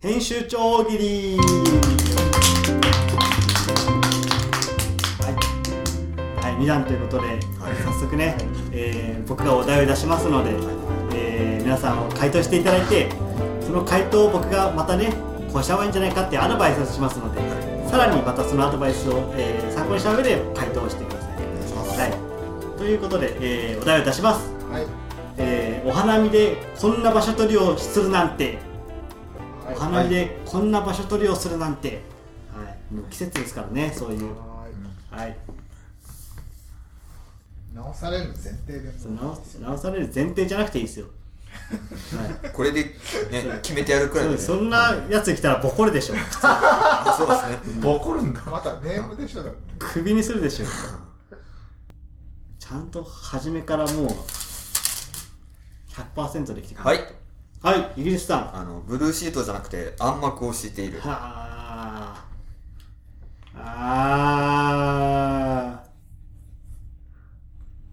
編集長大喜利はい、はい、2弾ということで、早速ね、えー僕がお題を出しますので、えー皆さん回答していただいてその回答を僕がまたねこうした方がいいんじゃないかっていうアドバイスをしますので、さらにまたそのアドバイスを、えー参考にした上で回答をしてくださいはい、ということで、えーお題を出します、はい。えーお花見でこんな場所取りをするなんて、お花見でこんな場所取りをするなんて、はい、もう季節ですからねそういうははいい。直される前提でそのも直す直される前提じゃなくていいですよ、 はいこれで、ね、決めてやるくらいそうでだねす、そんなやつ来たらボコるでしょ普通あそうですねボコるんだまたネームでしょだって。クビにするでしょちゃんと初めからもう100%できてくるはいはいイギリスさんはあのブルーシートじゃなくて暗幕を敷いているああ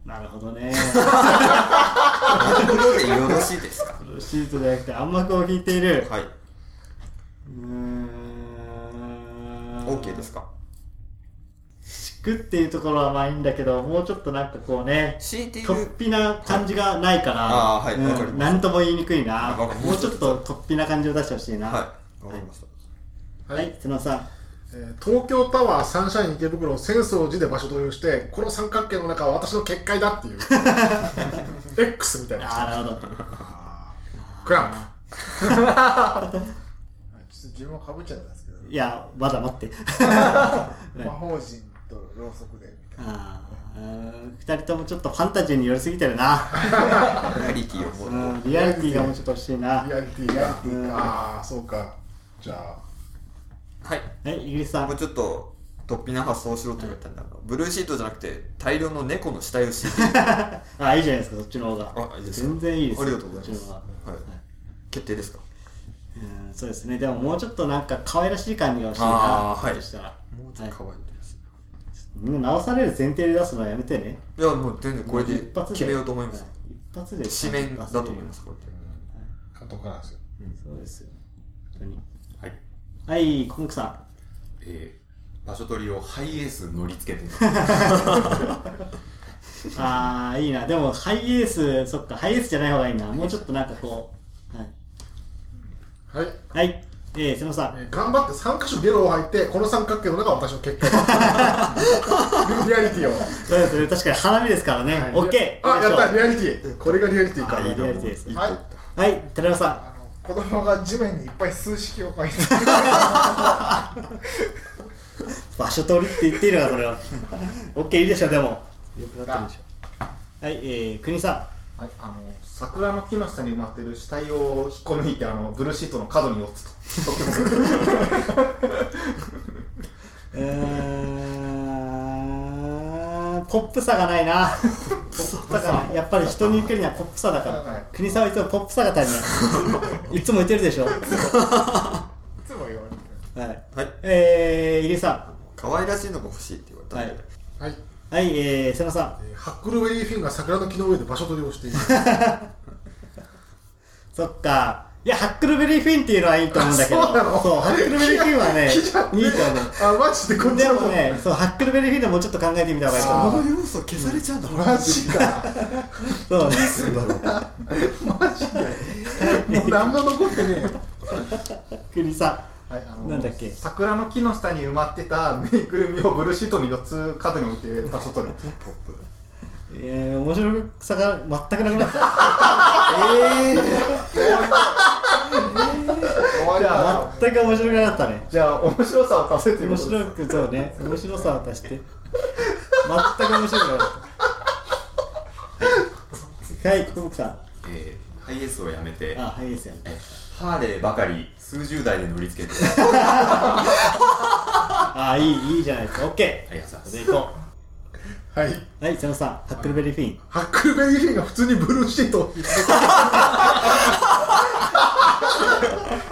ーなるほどね暗幕でよろしいですかシートじゃなくて暗幕を引いているはいうーん OK ですか敷くっていうところはまあいいんだけどもうちょっとなんかこうね敷いている突飛な感じがないから、あーはいうんわかりますなんとも言いにくいな。わかりますもうちょっと突飛な感じを出してほしいな。はいわかりましたはい。はい、瀬野さん。えー東京タワー、サンシャイン池袋、浅草寺で場所取りをして、この三角形の中は私の結界だって いう。X みたいな。ああ、なるほど。クラン はいちょっと自分はかぶっちゃったんですけど。いや、まだ待っ て。魔法陣とろうそくでみたいあーうーん二人ともちょっとファンタジーに寄りすぎてるな。リアリティをう、もうんリアリティがもうちょっと欲しいな。プ。はリアリティが。ィがああ、そうか。じゃあ、はいい、イギリスさん。もうちょっと突飛な発想をしろって言われたんだけどブルーシートじゃなくて大量の猫の死体を敷いているああ、いいじゃないですか、そっちの方が。あいいですか全然いいですよ。ありがとうございますそっちの方がはい決定ですかうん、そうですね。でももうちょっとなんか可愛らしい感じが欲しいな。あーはいそしたら。もうちょっと可愛いです、もう直される前提で出すのはやめてね。い、やもう全然これで一発決めようと思います一発で紙面だと思いますこれでな。とからですよ。そうですよ本当にはい、はいコンクさんえー、場所取りをハイエース乗り付けてあーいいなでもハイエースそっかハイエースじゃない方がいいなもうちょっとなんかこうはい、はい。はい、えー、瀬野さえんー頑張って三箇所ゲロを吐いて、この三角形の中は私の結界だ。リアリティを。そうですね確かに花火ですからね、はいオッケーあ、やった、いいでしリアリティ。これがリアリティょうかあ。ーリアリティですはい。はい寺山さあの子供が地面にいっぱい数式を書いて。ん場所取りって言っていいのかそ れはオッケーいいでしょうでもよくなったでしょはいえー、国さはい、あの桜の木の下に埋まってる死体を引っこ抜いてあのブルーシートの角に落つとんうーんポップさがないなポップさがないやっぱり人に受けるにはポップさだからはい国さんはいつもポップさが足りないいつも言ってるでしょいつも言われてる。はいはいえー、入江さ可愛らしいのが欲しいって言われたんで、はいんはい。はいえー、瀬野さんえーハックルベリーフィンが桜の木の上で場所取りをしている。そっかいやハックルベリーフィンっていうのはいいと思うんだけどあそうなのハックルベリーフィンはね木じゃいいと思あ、マジでこっうちでのも方ねそうハックルベリーフィンでもうちょっと考えてみた方がいいと思うこの要素消されちゃうんだ、マジ か。そうねもう何も残ってねえよ。国さはい、あんなんだっけ桜の木の下に埋まってたぬいぐるみをブルーシートの4つ角に置いて場所取るえー、面白さが全くなくなった終わりだ。全く面白くなかったねじゃあ面白さを足せということです面白くそうね面白さを足して全く面白くなかったはい久保木さんえー、ハイエースをやめてあはいいいですよねハーレーばかり数十台で乗り付けてあいいいいじゃないですか OK ありがとうございますそれで行こはい。うはい瀬野さんハックルベリーフィンハックルベリーフィンが普通にブルーシートを引いて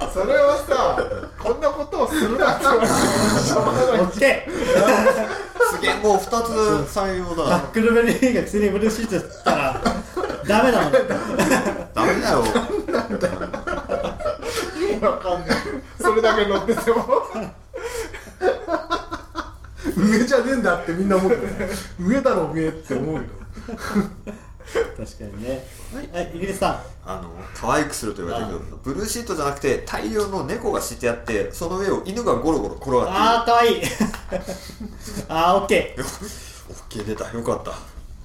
それはさ、こんなことをするなって言われてもしょうがない OK すげえもう2つ採用ハだックルベリーフィンが普通にブルーシートだったらダ メだもんダメだよ味わかんないそれだけ乗ってても上じゃねえんだってみんな思ってる上だろ上って思うよ確かにねはいイギリスさあの可愛くすると言われたけどブルーシートじゃなくて大量の猫が敷いてあってその上を犬がゴロゴロ転んがっあーかわいいあーオッケているオッケー出たよかったは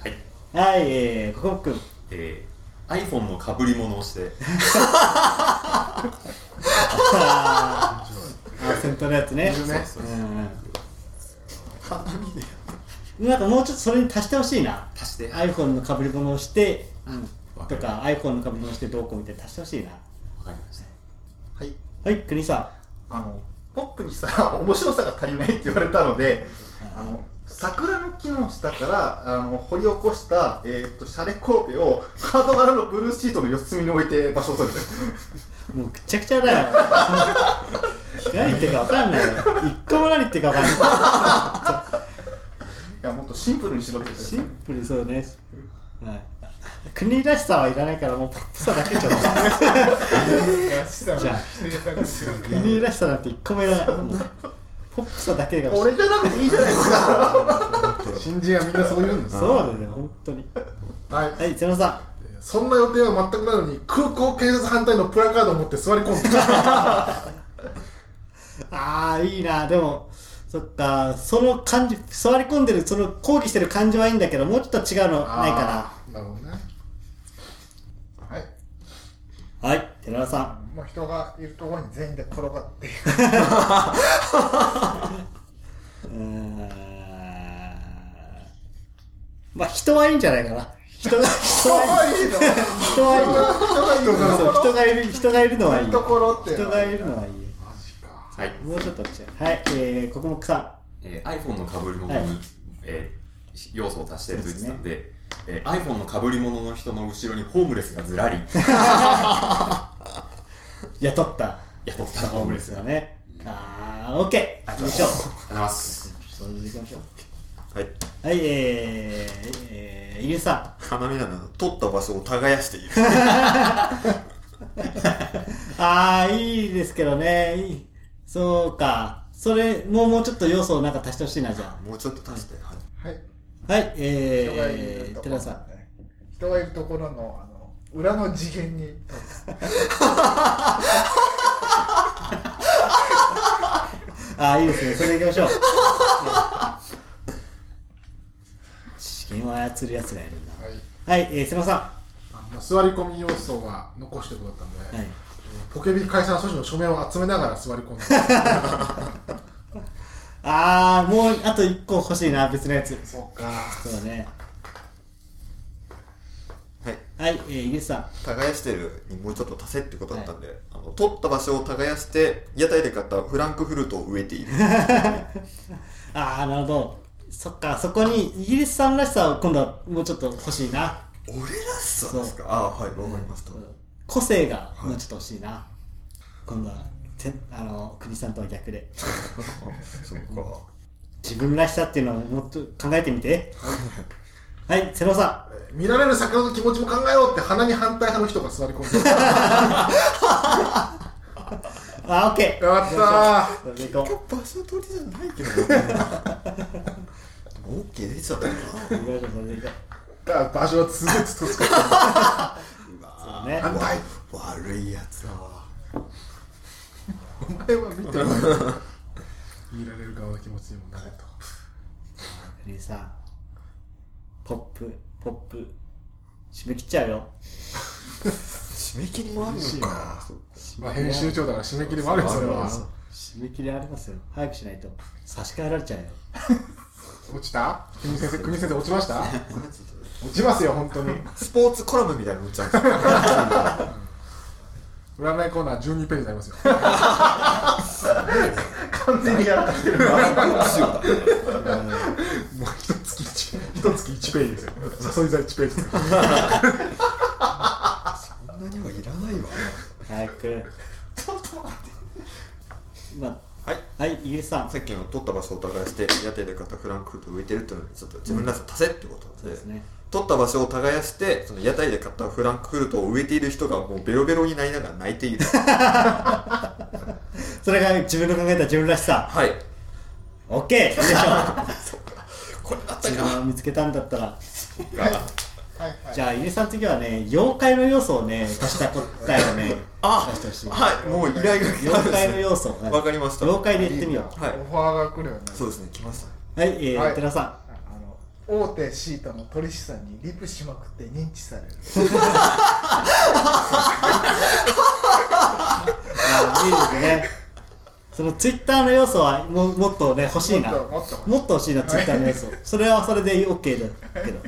いーはいえー、ココくんえー、iPhone のかぶり物をしてあーあー先頭のやつねそうねうんうんなんかもうちょっとそれに足してほしいな足して iPhone のかぶり物をして、わかとりか iPhone のかぶり物をしてどうこうみたいな足してほしいなわかりましたはいはい国さあのポップにしたら面白さ が足りないって言われたのであの桜の木の下からあの掘り起こした、えー、とシャレコーペをカード柄のブルーシートの四つ隅に置いて場所を 取るんもうくちゃくちゃだよ 何言ってるか分かんないよ一個も何言ってるか分かんないいやもっとシンプルにしろって言ってシンプルそうね。はい。国らしさはいらないからもうポップさだけ ちょっと。じゃあ国らしさなんて一個もいらない。もうポップさだけが。俺じゃなくていいじゃないですか 新人はみんなそう言うんですそうだね本当に。はいはい瀬野さそんな予定は全くないのに空港建設反対のプラカードを持って座 り込んでん。ああいいなでも。そっかその感じ座り込んでるその抗議してる感じはいいんだけどもうちょっと違うのないかなるほどねはいなはい寺田さんもう人がいるところに全員で転がって うーんまあ人はいいんじゃないかな人が人はいいいいの人はいいよ人がいるそう人がいる人がいるのはいいところって人がいるのはいいはい、もうちょっと違うはいえー、ここも草えー、iPhone のかぶり物に、はいえー要素を足してと言ってたんでえー iPhone のかぶり物の人の後ろにホームレスがずらり雇った雇ったホームレスがだありねあーオッケーよいしょがとうございますそれでいきましょはい、うはいえー、えー、イギリスさ花見なの取った場所を耕しているんあーいいですけどねいいそうかそれもうもうちょっと要素をなんか足してほしいなじゃもうちょっと足して、はいはいあはい人がいるえとー、こ寺ろ田さん人がいるところのあの裏の次元にあーいいですねそれでいきましょう 資金を操るやつがいるんだはいはい、えー、瀬野さあの座り込み要素は残してくださったのん。で、はい。ポケビ解散措置の署名を集めながら座り込んで あー、もう、あと一個欲しいな、別のやつ。そうかそうだね。はい、はい、えー、イギリスさん。耕してるにもうちょっと足せってことだったんで、あの取った場所を耕して屋台で買ったフランクフルトを植えているあー、なるほど。そっか、そこに、イギリスさんらしさを今度はもうちょっと欲しいな。俺らしさですかああはいわかりました、個性がもうちょっと欲しいな。今度は、てあの、国さんとは逆で。そうか自分らしさっていうのをもっと考えてみて。はい、瀬野さ見られる桜の気持ちも考えようって鼻に反対派の人が座り込んでん。あー、オッケー。や ったーそれでいこう。場所取りじゃないけどオッケー出ちゃったな行きましょう、それでいこう。だから場所はすごいつつつかそうね。反対悪いやつだわお前は見てる 見られる側の気持ちにもなれとフリーさん、ポップ、ポップ、締め切っちゃうよ。締め切りもあるのかまあ編集長だから締め切りもあるよそれは締め切りありますよ。早くしないと、差し替えられちゃうよ。落ちた国先生国先生落ちました落ちますよ本当にスポーツコラムみたいなの打っちゃうんですよ占いコーナー12ページになりますよ完全にやらかしてるもう一月一一月一ページですよ。誘い座一ページですよ。そんなにはいらないわ早く。ちょっと待って。まはいあ、はい、イギリスさん。さっきの取った場所を耕して屋台で買ったフランクフルトを植えてるっていうのにちょっと自分らしさ足せってことなんで,、そうですね。取った場所を耕し てその屋台で買ったフランクフルトを植えている人がもうベロベロになりながら泣いているはそれが自分の考えた自分らしさはい OK でしょこれだった自か分を見つけたんだったらはいはいじゃあ井出さん次はね妖怪の要素をね足した答えをねあ出してほしいはいもう依頼が妖来たんで怪すのね要素わかりました妖怪で言ってみようはいオファーが来るよねそうですね来ましたはいえはーい寺さあの大手シートの取引士さんにリプしまくって認知されるんあーいいですねそのツイッターの要素はももっとね欲しいなもっともっともっと欲しいなツイッターの要素それはそれで OK だけども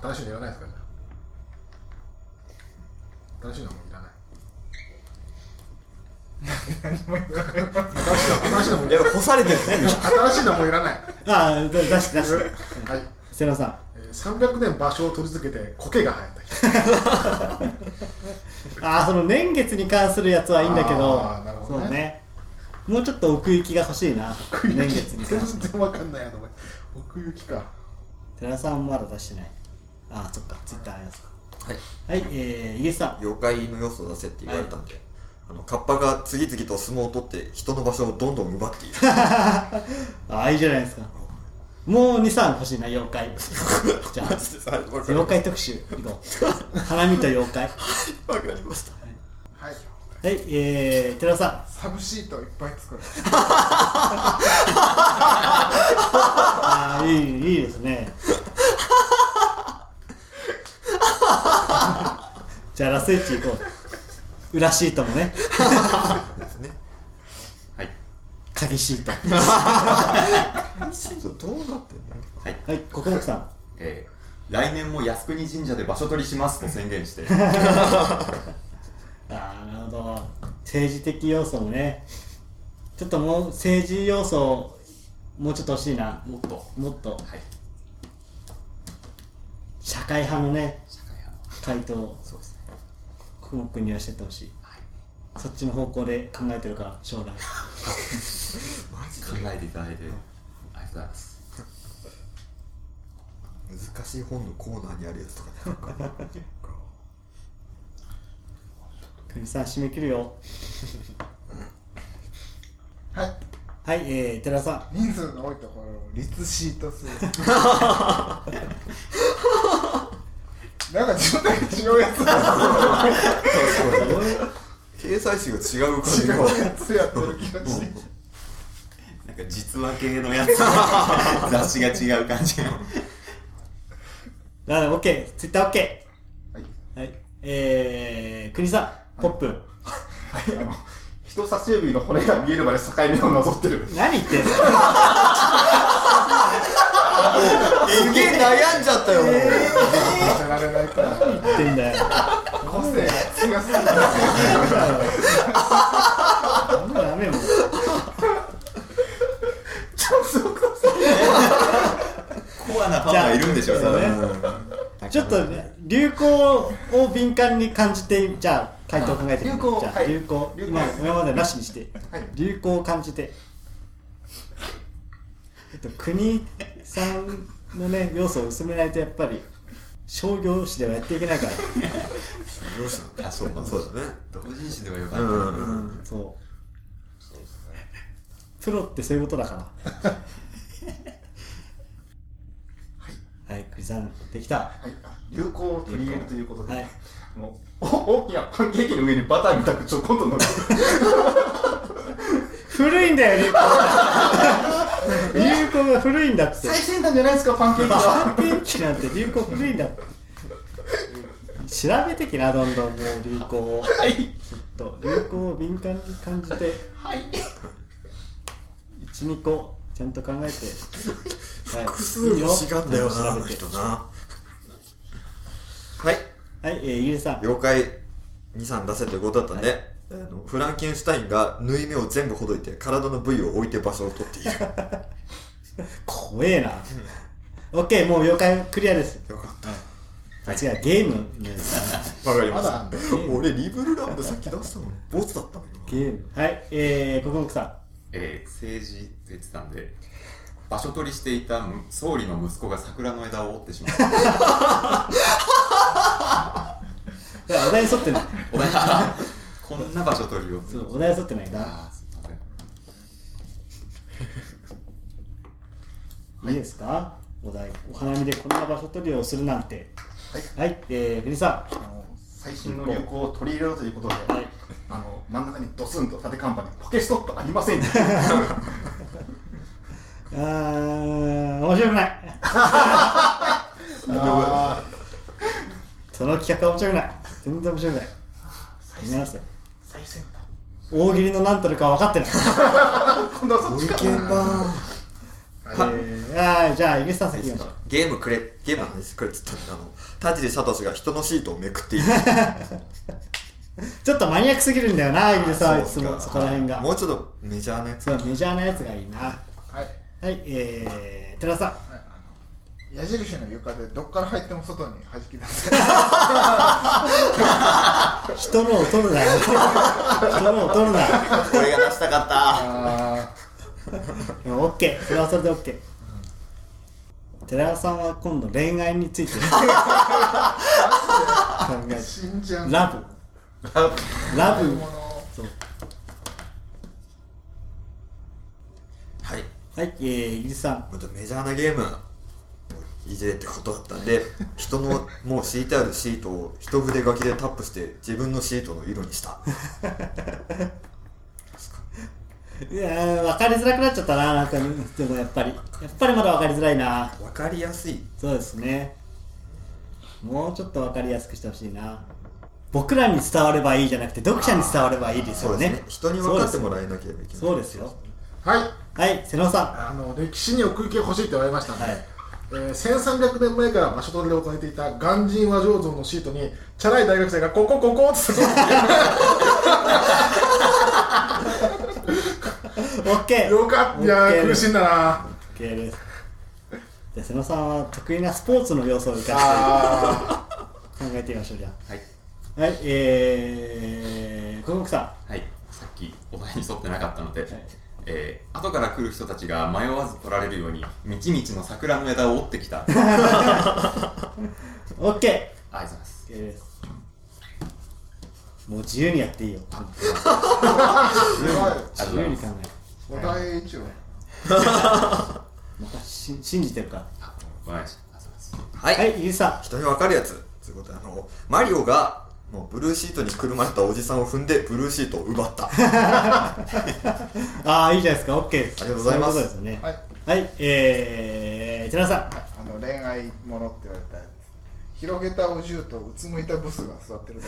う新しいのいらないですからね新しいのはもういらない新しいのもういや干されてる新しいのもういらないああ出して出してはい、瀬野さんえー、300年場所を取り続けて苔が生えた人ああその年月に関するやつはいいんだけどあーなるほどねそうねもうちょっと奥行きが欲しいな年月に関して全然わかんないやろお前奥行きか寺さんもまだ出してないああそっかツイッターのやつかはいはいえー、イエスさん妖怪の要素を出せって言われたんで、あのカッパが次々と相撲を取って人の場所をどんどん奪っている ああいいじゃないですかもう23欲しいな妖怪 じゃあはいわかり妖ま怪特集行こう花見と妖怪はしたわかりましたはいいえー、寺さんサブシートいっぱい作るああいいいいですね じゃあラスイチ行こう裏シートもねですねはい。鍵シートシートどうなってんだよはい。はい国木さんえー来年も靖国神社で場所取りしますと宣言して、あーなるほど政治的要素もねちょっともう政治要素もうちょっと欲しいなもっと、もっとはい。社会派のね社会派の。回答をそうですね。国木君にはしてってほしいはい。そっちの方向で考えてるから将来考えていただいて、ありがとうございます。難しい本のコーナーにあるやつとかねなん か国さん締め切るよはいはいえー、寺さ人数の多いところを立シート するなんか自分だけ違うやつ掲載誌が違う感じが違うやつやってる気がしてなんか実話系のやつ、雑誌が違う感じの。んなので OKTwitterOK はいはいえー、国さんポップン、はい、あの 人差し指の骨が見えるまで境目をなぞってる。何言 ってんのすげえ悩んじゃったよ、当てられないから言ってん だよ個性が強すぎるダメダメもうコアなファンがいるんでしょう、じゃあそれそうねちょっとね流行を敏感に感じてじゃあ回答を考えてみよう流行じゃあ、はい流行流行今今までなしにして、はい流行を感じてえっと国さんのね要素を薄めないとやっぱり商業誌ではやっていけないから、どうしたあそうそうだね同人誌ではよかうっんうんそうプロってそういうことだからはい、はい、国さんできたはい、流行を取り入れるということで、はいあのお大きなパンケーキの上にバターみたくちょこんと乗る。古いんだよ流行が流行が古いんだって最先端じゃないですか、パンケーキは。パンケーキなんて流行古いんだ調べてきなどんどんもう流行をはい、ちょっと流行を敏感に感じてはい。 12個ちゃんと考えて、はい、複数の詩があんだよなあ調のべて人なはいはいえー、ゆうさん妖怪23出せということだったんで、あのフランケンシュタインが縫い目を全部ほどいて体の部位を置いて場所を取っている よか怖えな OK もう妖怪クリアですったあ違うゲームのやつだなわかりままだあんした俺リブルランドさっき出したのにボツだったの 今ゲームはいえー、国木さん えー政治って言ってたんで、場所取りしていた総 理の息子が桜の枝を折ってしまった。いやお題沿ってないお題あこんな場所取るよそうお題沿ってないなあーすいませんいいですかお題お花見でこんな場所取りをするなんてはい、えー、ベリさんあの最新の流行を取り入れろということで、あの真ん中にドスンと縦看板にポケストップありませんねあー面白くないあその企画は面白くない全然面白くない見直せ最先端大喜利の何たるか分かってない、今度はそっちかえー、あーじゃあイギスさん先行きましょうゲームくれゲームの話くれっつったんであの田尻聡が人のシートをめく っているちょっとマニアックすぎるんだよなイギスさんそそうかのそこら辺がもうちょっとメジャーなやつそうメジャーなやつがいいなははいいえー、寺田さん矢印の床でどっから入っても外に弾き出す人のを取るな よ人のを取るな俺が出したかったあうんオッケーそれはそれでオッケー寺田さんは今度恋愛につい て考えあ死んじゃうてラブラブものはいはいえー、イギリスさんもっとメジャーなゲームいじれってことだったん で人のもう敷いてあるシートを一筆書きでタップして自分のシートの色にしたいやー分かりづらくなっちゃったななんかでもやっぱりやっぱりまだ分かりづらいなわかりやすいそうですねもうちょっと分かりやすくしてほしいな僕らに伝わればいいじゃなくて読者に伝わればいいですそうよですねね人に分かってもらえなければいけないそうですよーはいはい瀬野さあの歴史に奥行きが欲しいって言われましたんで、はいえー1300年前から場所取りで行っていた鑑真和醸造のシートにチャラい大学生が「ここここ」って ん OK よかったいやー OK 苦ですしんだな OK ですじゃあ瀬野さんは得意なスポーツの要素を生かあして考えてみましょうじゃはいあはいえー小国さはい、さっきお題に沿ってなかったので、えー後から来る人たちが迷わず取られるように、道々の桜の枝を折っ てきた。ありがとうん OK ございます。ですもう自由にやっていいよすごいあり自がと由うごにざ考います。えるお題一応なんかし信じてるからあごめんなさいありがとうございます。はい、はい、ゆうさ人に分かるやつということであのマリオがもうブルーシートにくるまれたおじさんを踏んでブルーシートを奪ったん。ああ、いいじゃないですか、OK です。ありがとうございますそういうことですよね。はいはい、えー、寺田さあの恋愛ものって言われたやつ広げたお重とうつむいたブスが座ってるだ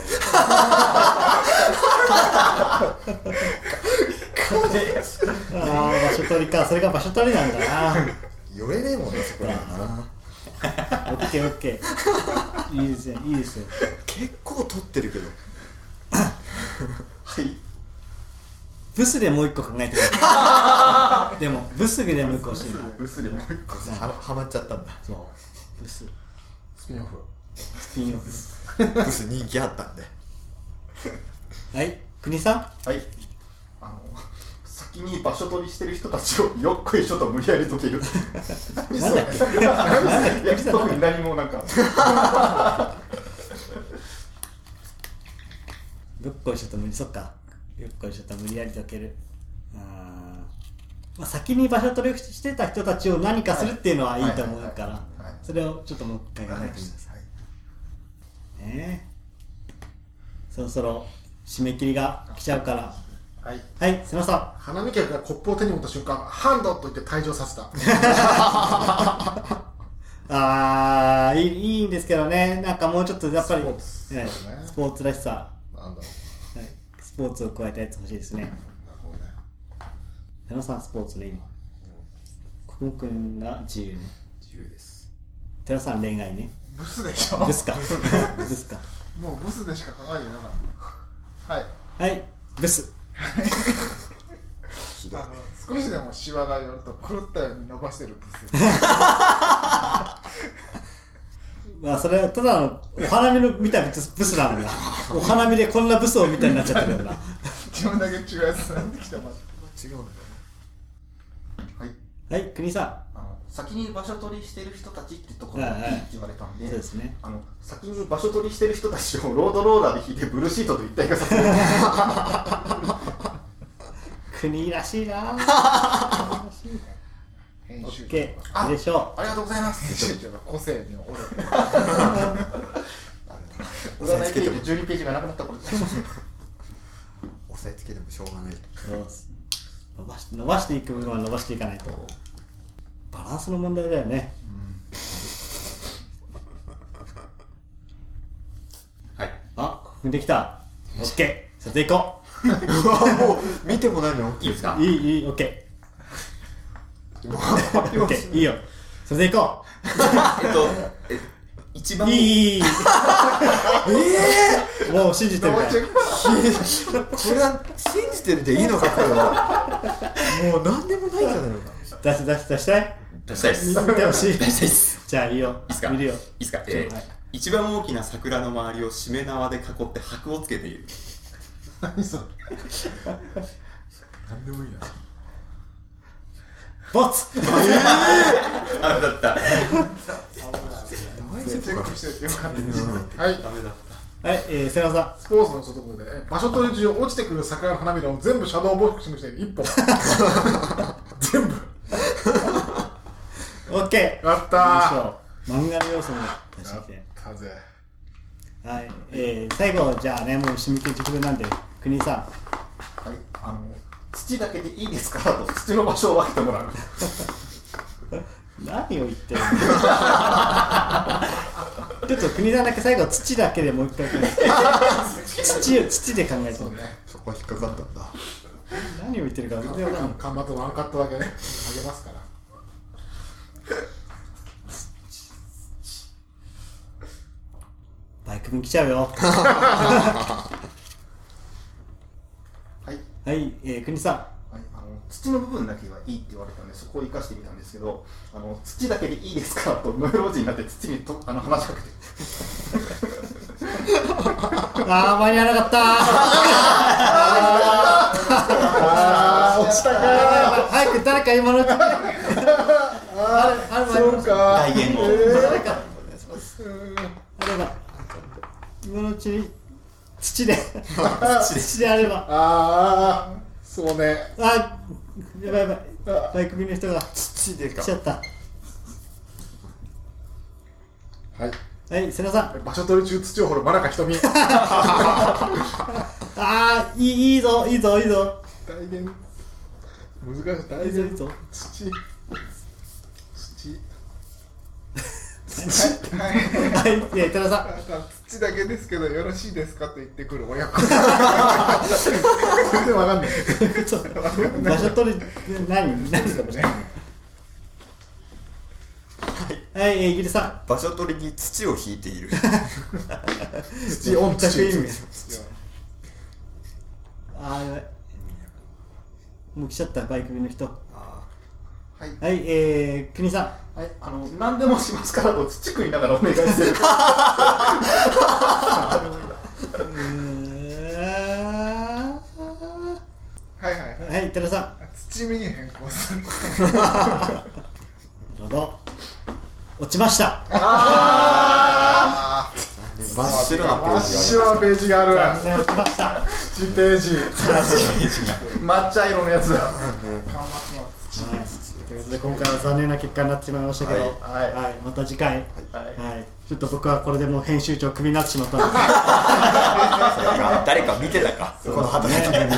けん。ああ、場所取りか、それが場所取りなんだな。寄れねえもんなそこらはな OK、OK。いいですね、いいですね。結構取って るけどブスでもう一個考えてください。でも、ブスでもう一個欲しいな。うっすりもう一個ははまっちゃったんだそう。ブス。スピンオフスピンオフ。ブス人気あったんではい、国さんはいあの先に場所取りしてる人たちをよっこいしょと無理やり解けるなんだっけいや特に何もなんか どっこいしょと無理そっかどっこいしょと無理やり解けるうーんまあ先に場所取りをしてた人たちを何かするっていうのはいいと思うから、はいそれをちょっともう一回考えてみてください、ねえそろそろ締め切りが来ちゃうからはいはい瀬野さ花見客がコップを手に持った瞬間ハンドと言って退場させたんあーいいいいんですけどねなんかもうちょっとやっぱりスポーツはいそうねスポーツらしさ、はなんだろい、スポーツを加えたやつ欲しいですねうなるほどね瀬野さんスポーツで今久保君が自由ね自由です。寺さん恋愛ねブスでしょブスか ブスかもうブスでしか考えてなかったはいはいブスあの少しでもシワが寄ると狂ったように伸ばしてるブスまあそれはただのお花見の見たブスブスなんだお花見でこんなブスを見たいになっちゃってるよな自分だけ違うやつなんてきてます違うんだはい国井さあの先に場所取りしてる人たちってところがいいって言われたんで、そうですねあの先に場所取りしてる人たちをロードローラーで引いてブルーシートと一体化させる国らしい な編オ集ッ長ケーでしょありがとうございま編す集長が個性に折れて押さえ占いつペけてもージ12ページがなくなったことで 押さえつけてもしょうがない。う伸ばし伸ばしていく部分は伸ばしていかないとバランスの問題だよねはいあ確認できたオッケー撮影行こうわもう見てもないのよいいですかういいいいオッケーオッケーいいよ撮影行こえっとえ一番ういいいいいいええもう信じてるからこれは信じてるでいいのかこれはもう何でもないじゃないのか出して出して出して出したいです見出てほしいしたいですじゃあいいよいいっすか見るよいいですか、えーはい一番大きな桜の周りをしめ縄で囲って箔をつけている何でもいいなボツあだった大丈夫かはいダメだっはい、えー、瀬名さスポーツの所得で、ね、場所取り中落ちてくる桜の花びらを全部シャドーボクシングして 一本全部ん。オッケー。やったーやっ漫画の要素も出してきて。たぜはい、えー、最後、じゃあね、もう締め切り直前なんで、国井さはい、あの土だけでいいですかと土の場所を分けてもらうん、何を言ってるのちょっと国井さんだけ最後、土だけでもう一回考 えて。土を、土で考えてそうる。ねそこは引っかかったんだ何を言ってるか全然わかんない。間伐ワンカットだけねあげますからバイクに来ちゃうよ。はいはい、えー、国井さはい、あの土の部分だけはいいって言われたんでそこを生かしてみたんですけどあの土だけでいいですかとノイロージーになって土にとあの話しかけてん。あー、間に合わなかったー。あー落ちたか早く誰か今のうちに。あれ、あれ、そうか大言語誰か。あれば。今のうちに。土で。土であれば。ああそうねあ。やばいやばい。バイク便の人が。来土でかちゃった。はいはい、瀬名さん。場所取り中土を掘る真中瞳ああ、いい、いいぞ、いいぞ、いいぞ。大変難しいい大いぞ、いい変ぞ。土土はい、えー、寺さん。 あと土だけですけどよろしいですかと言ってくる親子全然わかんないそう場所取り何何かもねはい、えー、イギリスさ場所取りに土を引いている 土オン全く土意味んあーやばいもう来ちゃったバイク組の人はあはいいえー、国さんはい、あの何でもしますからと土食いながらお願いするはいはいはうーいはい寺さ土見に変更するんなるほど落ちましたー真っ白なペ真っージがあ白なページがあ残る念落ちました土ページ抹茶色のやつだということで今回は残念な結果になってしまいましたけど、ははいいまた次回、はいはい、ちょっと僕はこれでもう編集長クビになってしまったのでるそれが誰か見てたかこの働きぶりを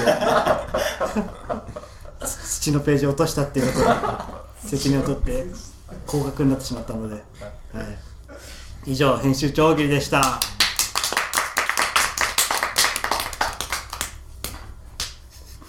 土のページを落としたっていうことで責任を取って高額になってしまったので、はい、以上編集長大喜利でした。